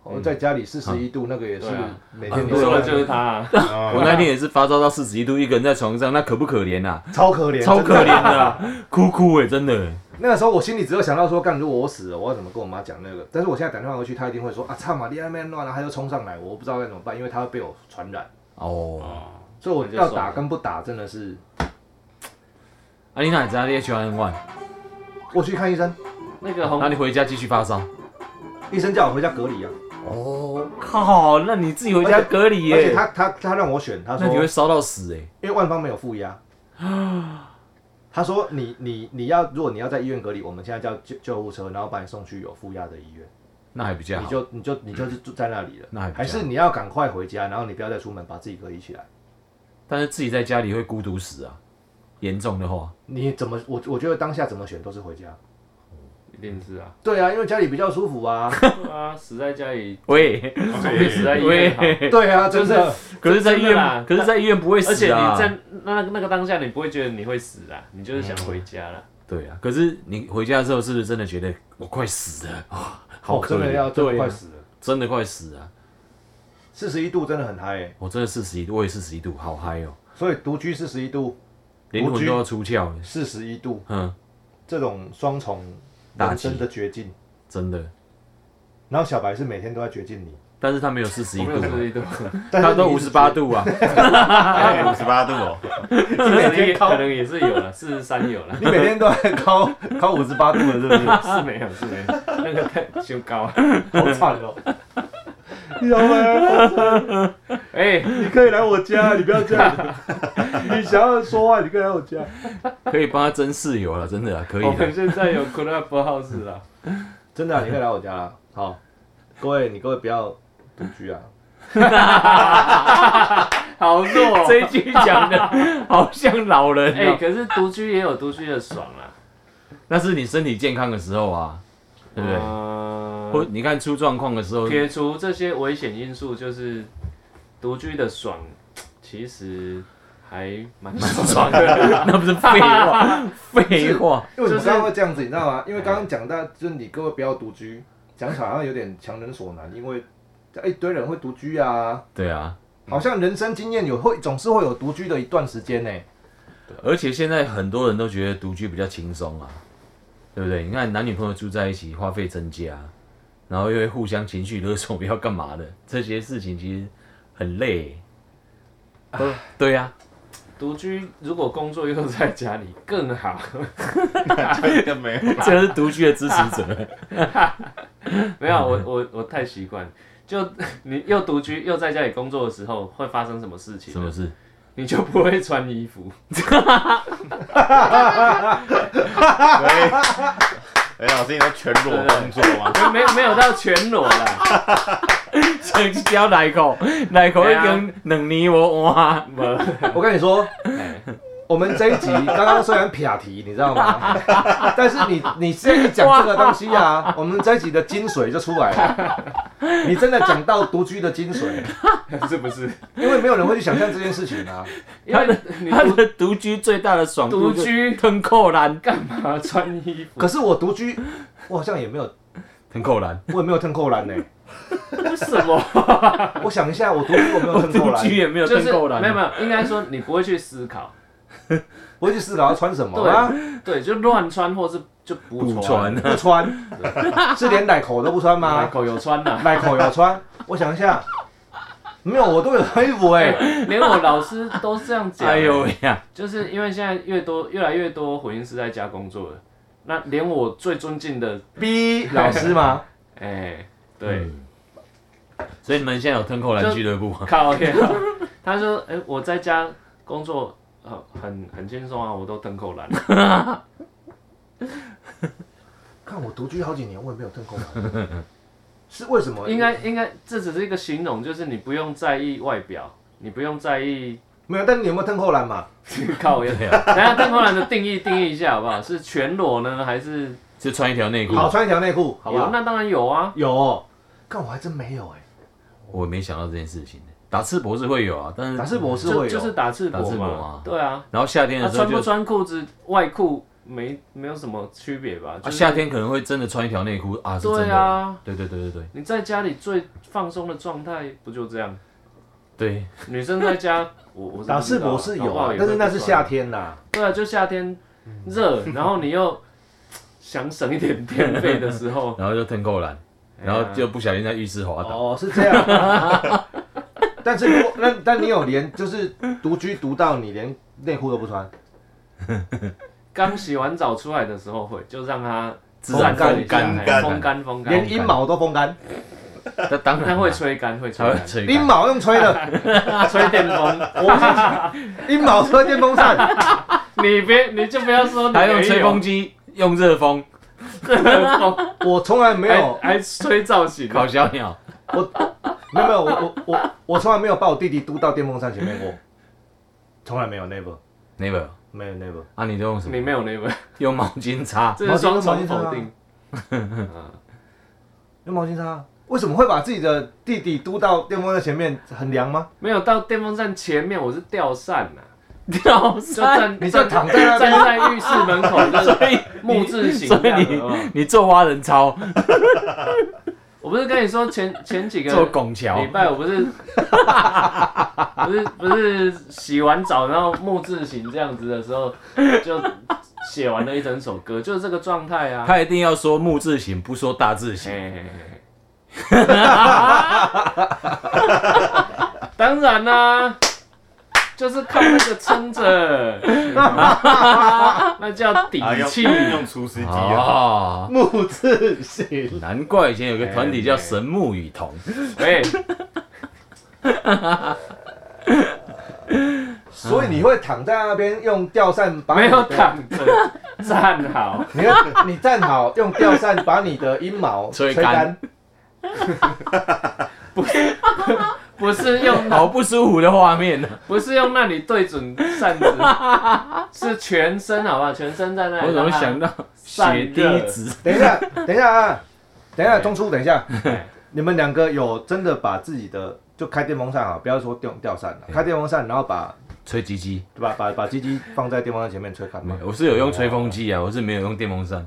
Speaker 1: 我
Speaker 3: 嗯
Speaker 1: 在家里四十一度，那个也是
Speaker 2: 对啊
Speaker 1: 每天
Speaker 2: 你
Speaker 1: 都
Speaker 2: 说的
Speaker 1: 在
Speaker 2: 就是他啊。
Speaker 4: 啊
Speaker 3: 我那天也是发烧到四十一度，一个人在床上，那可不可怜啊？
Speaker 1: 超可怜，
Speaker 3: 超
Speaker 1: 真的
Speaker 3: 可怜 的、啊，哭哭哎、真的。
Speaker 1: 那个时候我心里只有想到说，干，如果我死了，我要怎么跟我妈讲那个？但是我现在打电话回去，她一定会说啊，操嘛，你那边乱了，她就冲上来，我不知道该怎么办，因为她会被我传染，
Speaker 3: 哦，
Speaker 1: 所以我
Speaker 2: 那就
Speaker 1: 要
Speaker 2: 算
Speaker 1: 打
Speaker 2: 了
Speaker 1: 跟不打真的是，
Speaker 3: 啊，你哪知道你 H1N1？
Speaker 1: 我去看医生，
Speaker 2: 那个
Speaker 3: 那
Speaker 2: 红
Speaker 3: 你回家继续发烧。
Speaker 1: 医生叫我回家隔离啊，
Speaker 3: 哦，靠，那你自己回家隔离
Speaker 1: 而且
Speaker 3: 耶、
Speaker 1: 他他他让我选，他
Speaker 3: 那
Speaker 1: 说
Speaker 3: 你会烧到死哎、
Speaker 1: 因为万方没有负压， 他说你你你要如果你要在医院隔离，我们现在叫救救护车，然后把你送去有负压的医院，
Speaker 3: 那还比较
Speaker 1: 你
Speaker 3: 好。
Speaker 1: 就你就你就是住在那里了，
Speaker 3: 那还比较
Speaker 1: 还是你要赶快回家，然后你不要再出门，把自己隔离起来。
Speaker 3: 但是自己在家里会孤独死啊，严重的话。
Speaker 1: 你怎么我我觉得当下怎么选都是回家。
Speaker 2: 一定是啊。
Speaker 1: 对啊，因为家里比较舒服 啊。
Speaker 2: 对啊，死在家里
Speaker 3: 喂，
Speaker 2: 总比死在医院好。
Speaker 3: 喂，
Speaker 1: 对啊，真的。
Speaker 3: 可是在医
Speaker 2: 真的啦
Speaker 3: 院，可是在医院不会
Speaker 2: 而且
Speaker 3: 死啊。
Speaker 2: 你在那那个当下，你不会觉得你会死啦，你就是想回家啦。
Speaker 3: 对啊，可是你回家之后是不是真的觉得我快死了？哦好
Speaker 1: 哦
Speaker 3: 可
Speaker 1: 真的要
Speaker 3: 怜，
Speaker 1: 真的
Speaker 3: 对
Speaker 1: 快
Speaker 3: 啊，
Speaker 1: 死了，
Speaker 3: 真的快死啊！
Speaker 1: 四十一度真的很嗨欸，
Speaker 3: 我真的四十一度，我也四十一度，好嗨哦，
Speaker 1: 所以独居四十一度、
Speaker 3: 灵
Speaker 1: 独
Speaker 3: 魂
Speaker 1: 居
Speaker 3: 都要出窍了，
Speaker 1: 四十一度
Speaker 3: 嗯，
Speaker 1: 这种双重
Speaker 3: 打
Speaker 1: 人
Speaker 3: 击
Speaker 1: 生的绝境，
Speaker 3: 真的。
Speaker 1: 然后小白是每天都在绝境里，
Speaker 3: 但是他没有四十一
Speaker 2: 我没
Speaker 3: 度
Speaker 2: 有四十
Speaker 3: 啊，
Speaker 2: 一度，
Speaker 1: 但
Speaker 3: 他
Speaker 1: 是
Speaker 3: 都
Speaker 1: 你
Speaker 3: 五
Speaker 1: 一直
Speaker 3: 十八度啊，
Speaker 4: 五十八度 哦，
Speaker 2: 可能也可能也是有了，四十三 有了，
Speaker 1: 你每天都在高高五十八度了，是不是？
Speaker 2: 是没有是没有，那个太修高 了。
Speaker 1: 好惨 哦！小白，
Speaker 2: 哎，
Speaker 1: 你可以来我家，你不要这样。你想要说话，你可以来我家。
Speaker 3: 可以帮他争室友了，真的啊可以
Speaker 1: 哦
Speaker 2: 我
Speaker 3: 的
Speaker 2: 们。现在有 Club House 了，
Speaker 1: 真的啊、你可以来我家啊。好，各位，你各位不要独居啊。
Speaker 2: 好弱哦。
Speaker 3: 这一句讲的 好像老人
Speaker 2: 哎，
Speaker 3: 哦，
Speaker 2: 可是独居也有独居的爽啊啦，
Speaker 3: 那是你身体健康的时候啊，对不对？或
Speaker 1: 嗯
Speaker 2: 对？
Speaker 3: 你看出状况的时候，
Speaker 2: 撇除这些危险因素，就是独居的爽，其实还 蛮爽的。
Speaker 3: 那不是 废话，废话，
Speaker 1: 因为你刚刚会这样子，你知道吗？因为刚刚讲到，就是你各位不要独居，讲起来好像有点强人所难，因为哎一堆人会独居啊。
Speaker 3: 对啊。
Speaker 1: 好像人生经验有会总是会有独居的一段时间呢、
Speaker 3: 而且现在很多人都觉得独居比较轻松啊，对不对？你看男女朋友住在一起，花费增加，然后又会互相情绪勒索，不要干嘛的，这些事情其实很累。都对啊呀、
Speaker 2: 独居如果工作又在家里更好，
Speaker 4: 更哎没有。
Speaker 3: 啊，这是独居的支持者。
Speaker 2: 没有啊我我我太习惯。就你又独居又在家里工作的时候，会发生什么事情
Speaker 3: 什？么事？
Speaker 2: 你就不会穿衣服，
Speaker 4: 所以，哎，老师，你都全裸工作吗？
Speaker 2: 没有没有到全裸啦，
Speaker 3: 想去交奶口，奶口已经两年无换，啊
Speaker 1: 我跟你说，
Speaker 2: 哎
Speaker 1: 我们这一集刚刚虽然撇题，你知道 吗？但是你你现在一讲这个东西啊，我们这一集的精髓就出来了。你真的讲到独居的精髓，
Speaker 2: 是不是？
Speaker 1: 因为没有人会去想象这件事情啊。
Speaker 2: 因为你
Speaker 3: 他
Speaker 2: 独
Speaker 3: 的独居最大的爽度
Speaker 2: 独
Speaker 3: 就是
Speaker 2: 居
Speaker 3: 腾扣篮，
Speaker 2: 干嘛穿衣服？
Speaker 1: 可是我独居，我好像也没有，
Speaker 3: 腾扣篮，
Speaker 1: 我也没有腾扣篮呢。
Speaker 2: 为什么？
Speaker 1: 我想一下，我独居我没有
Speaker 3: 我
Speaker 1: 腾扣
Speaker 3: 独
Speaker 1: 篮，
Speaker 3: 居也没有
Speaker 2: 就
Speaker 3: 腾
Speaker 2: 是
Speaker 3: 扣篮，
Speaker 2: 没有没有，应该说你不会去思考，
Speaker 1: 我会去思考要穿什么啊，
Speaker 2: 对，就乱穿或是就不
Speaker 3: 不穿。
Speaker 2: 穿
Speaker 1: 不穿，是连奶口都不穿
Speaker 2: 啊
Speaker 1: 吗？
Speaker 2: 口有穿呐、
Speaker 1: 奶口有穿，我想一下，没有，我都有穿衣服哎、
Speaker 2: 连我老师都这样讲。
Speaker 3: 哎呦喂呀，
Speaker 2: 就是因为现在越多越来越多混音师在家工作了，那连我最尊敬的，
Speaker 1: B 老师吗？
Speaker 2: 哎、对，
Speaker 3: 嗯所以你们现在有腾扣篮
Speaker 2: 就
Speaker 3: 俱乐部吗？
Speaker 2: 靠天啊， 他说，哎、我在家工作，呃，很很轻松啊，我都 蹬扣篮，
Speaker 1: 看我独居好几年，我也没有腾空篮， 是为什么？
Speaker 2: 应该应该这只是一个形容，就是你不用在意外表，你不用在意
Speaker 1: 没有，但你有没有腾空篮嘛？
Speaker 2: 靠腰。
Speaker 3: 啊
Speaker 2: 等一下蹬扣篮的定义定义一下好不好？是全裸呢，还是
Speaker 3: 就穿一条内
Speaker 2: 嗯
Speaker 3: 裤。
Speaker 1: 好，穿一条内裤，好不
Speaker 2: 有
Speaker 1: 好？
Speaker 2: 那当然有啊，
Speaker 1: 有哦，看我还真没有哎、
Speaker 3: 我没想到这件事情。打赤膊是会有啊，但是
Speaker 1: 打赤膊是会
Speaker 2: 就
Speaker 1: 有，
Speaker 2: 就是打赤
Speaker 3: 打
Speaker 2: 膊
Speaker 3: 赤
Speaker 2: 嘛，
Speaker 3: 膊啊
Speaker 2: 对啊。
Speaker 3: 然后夏天
Speaker 2: 那、
Speaker 3: 的时候
Speaker 2: 穿不
Speaker 3: 就、
Speaker 2: 穿裤子、外裤没没有什么区别吧？
Speaker 3: 啊
Speaker 2: 就是、
Speaker 3: 夏天可能会真的穿一条内裤啊，是真的。
Speaker 2: 对啊，
Speaker 3: 对对对对对
Speaker 2: 你在家里最放松的状态不就这样？
Speaker 3: 对，
Speaker 2: 女生在家，我我是
Speaker 1: 打
Speaker 2: 不知
Speaker 1: 赤
Speaker 2: 道
Speaker 1: 膊是
Speaker 2: 搞
Speaker 1: 有
Speaker 2: 不好
Speaker 1: 啊
Speaker 2: 也，会
Speaker 1: 但是那是
Speaker 2: 不穿
Speaker 1: 夏天呐、
Speaker 2: 对啊，就夏天热，然后你又想省一点电费的时候，
Speaker 3: 然后就腾扣篮，
Speaker 2: 哎
Speaker 3: 然后就不小心在浴室滑倒。
Speaker 1: 哦，是这样。 但是如果那但你有连就是独居独到你连内裤都不穿，
Speaker 2: 刚洗完澡出来的时候会，就让它
Speaker 3: 自然
Speaker 2: 风
Speaker 3: 风
Speaker 2: 干
Speaker 3: 干
Speaker 2: 哎
Speaker 4: 干
Speaker 2: 风干风干，
Speaker 1: 连阴毛都风干，
Speaker 3: 那当然
Speaker 2: 它
Speaker 3: 啦
Speaker 2: 会，吹干，会吹
Speaker 3: 才
Speaker 2: 干
Speaker 3: 会，吹
Speaker 1: 阴
Speaker 3: 干。
Speaker 1: 毛用吹的，
Speaker 2: 吹电风。
Speaker 1: 阴毛吹电风扇，
Speaker 2: 你别，你就不要说你
Speaker 3: 还用
Speaker 2: 没
Speaker 3: 吹风机，用热风
Speaker 2: 热风，
Speaker 1: 我从来没有，
Speaker 2: 还还吹造型，
Speaker 3: 烤小鸟，
Speaker 1: 我没有没有，我我我我从来没有把我弟弟嘟到电风扇前面过，从来没有，never，
Speaker 3: 那个
Speaker 1: 没有 never。
Speaker 3: 啊，你都用什
Speaker 2: 你
Speaker 3: 么？
Speaker 2: 没有那个。
Speaker 3: 用毛巾擦，
Speaker 2: 这是双重否定。
Speaker 1: 啊
Speaker 2: 嗯
Speaker 1: 用毛巾擦啊，为什么会把自己的弟弟嘟到电风扇前面？很凉吗？
Speaker 2: 没有到电风扇前面，我是吊扇呐、啊
Speaker 3: 屌
Speaker 2: 就
Speaker 3: 山，
Speaker 2: 站
Speaker 1: 你就躺在那
Speaker 2: 站
Speaker 1: 边，
Speaker 2: 在浴室门口，就是
Speaker 3: 所以
Speaker 2: 木质型
Speaker 3: 所
Speaker 2: 这样
Speaker 3: 以
Speaker 2: 的好不好
Speaker 3: 你你做花人操，
Speaker 2: 我不是跟你说前前几个
Speaker 3: 做啊拱桥
Speaker 2: 礼，拜我不是， 不是不是洗完澡然后木字形这样子的时候，就写完了一整首歌，就是这个状态啊。
Speaker 3: 他一定要说木字形，不说大字
Speaker 2: 嘿
Speaker 3: 形。
Speaker 2: 嘿嘿哎嘿 当然啦、就是靠那个撑着， 那叫底
Speaker 4: 啊，用
Speaker 2: 气。
Speaker 4: 用厨师机啊，
Speaker 3: 哦，
Speaker 1: 木字形，
Speaker 3: 难怪以前有个团体
Speaker 2: 哎
Speaker 3: 叫神木与瞳，
Speaker 2: 喂，
Speaker 1: 所以你会躺在那边用吊扇把
Speaker 2: 没
Speaker 1: 你的
Speaker 2: 有，躺着，站好。
Speaker 1: 你会你站好用吊扇把你的阴毛
Speaker 3: 吹干
Speaker 1: 干，
Speaker 2: 不是用
Speaker 3: 好不舒服的画面呢。
Speaker 2: 不是用那里对准扇子，是全身好不好？全身在哎那里。
Speaker 3: 我怎么
Speaker 2: 让它
Speaker 3: 想到
Speaker 2: 散
Speaker 3: 血滴
Speaker 2: 热
Speaker 3: 子？
Speaker 1: 等一下，等一下啊，等一下，
Speaker 2: 对
Speaker 1: 中叔，等一下
Speaker 2: 对，
Speaker 1: 你们两个有真的把自己的就开电风扇啊，不要说电吊扇了，开电风扇，然后把
Speaker 3: 吹鸡鸡？
Speaker 1: 把把把鸡鸡放在电风扇前面吹干
Speaker 3: 没
Speaker 1: 吗
Speaker 3: 有，？我是有
Speaker 2: 哦
Speaker 3: 用吹风机啊，我是没有用电风扇。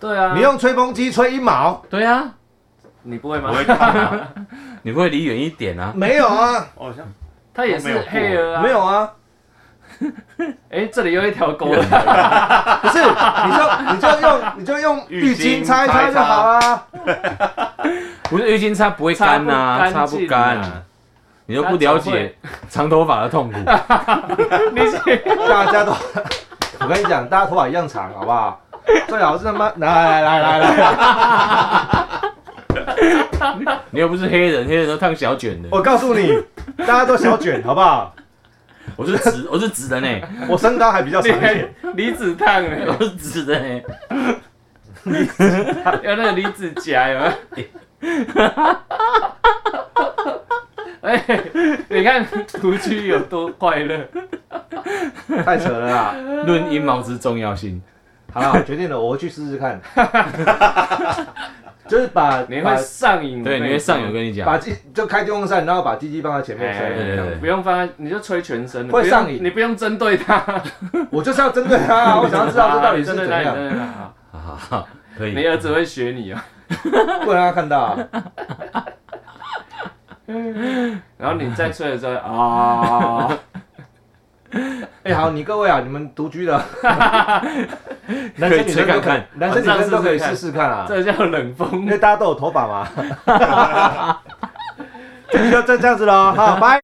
Speaker 2: 对啊，
Speaker 1: 你用吹风机吹阴毛？
Speaker 3: 对啊，
Speaker 2: 你不会
Speaker 4: 我
Speaker 2: 吗？
Speaker 4: 会看啊，
Speaker 3: 你不会离远一点 啊？
Speaker 1: 没有啊，
Speaker 4: 我好像
Speaker 2: 它也是
Speaker 4: 我没有过
Speaker 2: 黑鹅啊。
Speaker 1: 没。有啊，
Speaker 2: 哎，这里有一条啊沟了。
Speaker 1: 不是，你就你就用你就用浴
Speaker 4: 浴
Speaker 1: 巾
Speaker 4: 巾
Speaker 1: 擦一擦就好啊。
Speaker 3: 不是浴巾擦不会干呐，
Speaker 2: 擦
Speaker 3: 擦
Speaker 2: 不
Speaker 3: 不
Speaker 2: 干净啊
Speaker 3: 干。你都不了解长头发的痛 苦。
Speaker 2: 你是
Speaker 1: 大家都， 我跟你讲，大家头发一样长，好不好？最好是他妈来来来来来，
Speaker 3: 你又不是黑人，黑人都烫小卷的。
Speaker 2: 哦
Speaker 1: 我告诉你，大家都小卷，好不好？
Speaker 3: 我是直， 我是直的呢，
Speaker 1: 我身高还比较
Speaker 2: 你
Speaker 1: 长一
Speaker 2: 还
Speaker 1: 点，
Speaker 2: 离子烫哎，
Speaker 3: 我是直的呢。
Speaker 2: 有那个离子夹有没有？ 哎，你看独居有多快乐。
Speaker 1: 太扯了啦。
Speaker 3: 论阴毛之重要 性，
Speaker 1: 好了，我决定了，我会去试试看。就是把
Speaker 2: 你
Speaker 1: 把
Speaker 2: 会上瘾，
Speaker 3: 对，
Speaker 2: 我
Speaker 3: 你
Speaker 2: 跟
Speaker 3: 会上瘾。我
Speaker 2: 说
Speaker 3: 跟你讲
Speaker 1: 把，鸡就开电风扇，然后把鸡鸡放在前面
Speaker 2: 哎
Speaker 1: 吹，
Speaker 3: 对对对
Speaker 2: 不用放在，你就吹全身的，
Speaker 1: 会
Speaker 2: 不用
Speaker 1: 上瘾
Speaker 2: 你不用针对它。
Speaker 1: 我就是要针对他 啊，我想要知道这到底是
Speaker 2: 针对
Speaker 1: 怎
Speaker 2: 它
Speaker 1: 样，
Speaker 2: 针对
Speaker 3: 好
Speaker 2: 它
Speaker 3: 好好，可以
Speaker 2: 你。儿子会学你啊，
Speaker 1: 不能让他看到 啊。
Speaker 2: 然后你再吹的时候啊，
Speaker 1: 哎，好，你各位啊，你们独居的， 男生女生都
Speaker 3: 可
Speaker 1: 可以
Speaker 3: 以吹看看，
Speaker 1: 男生女生都可以试试看啊，
Speaker 2: 这叫冷
Speaker 1: 因
Speaker 2: 风
Speaker 1: 为。大家都有头发嘛。这就这这样子了，好，拜。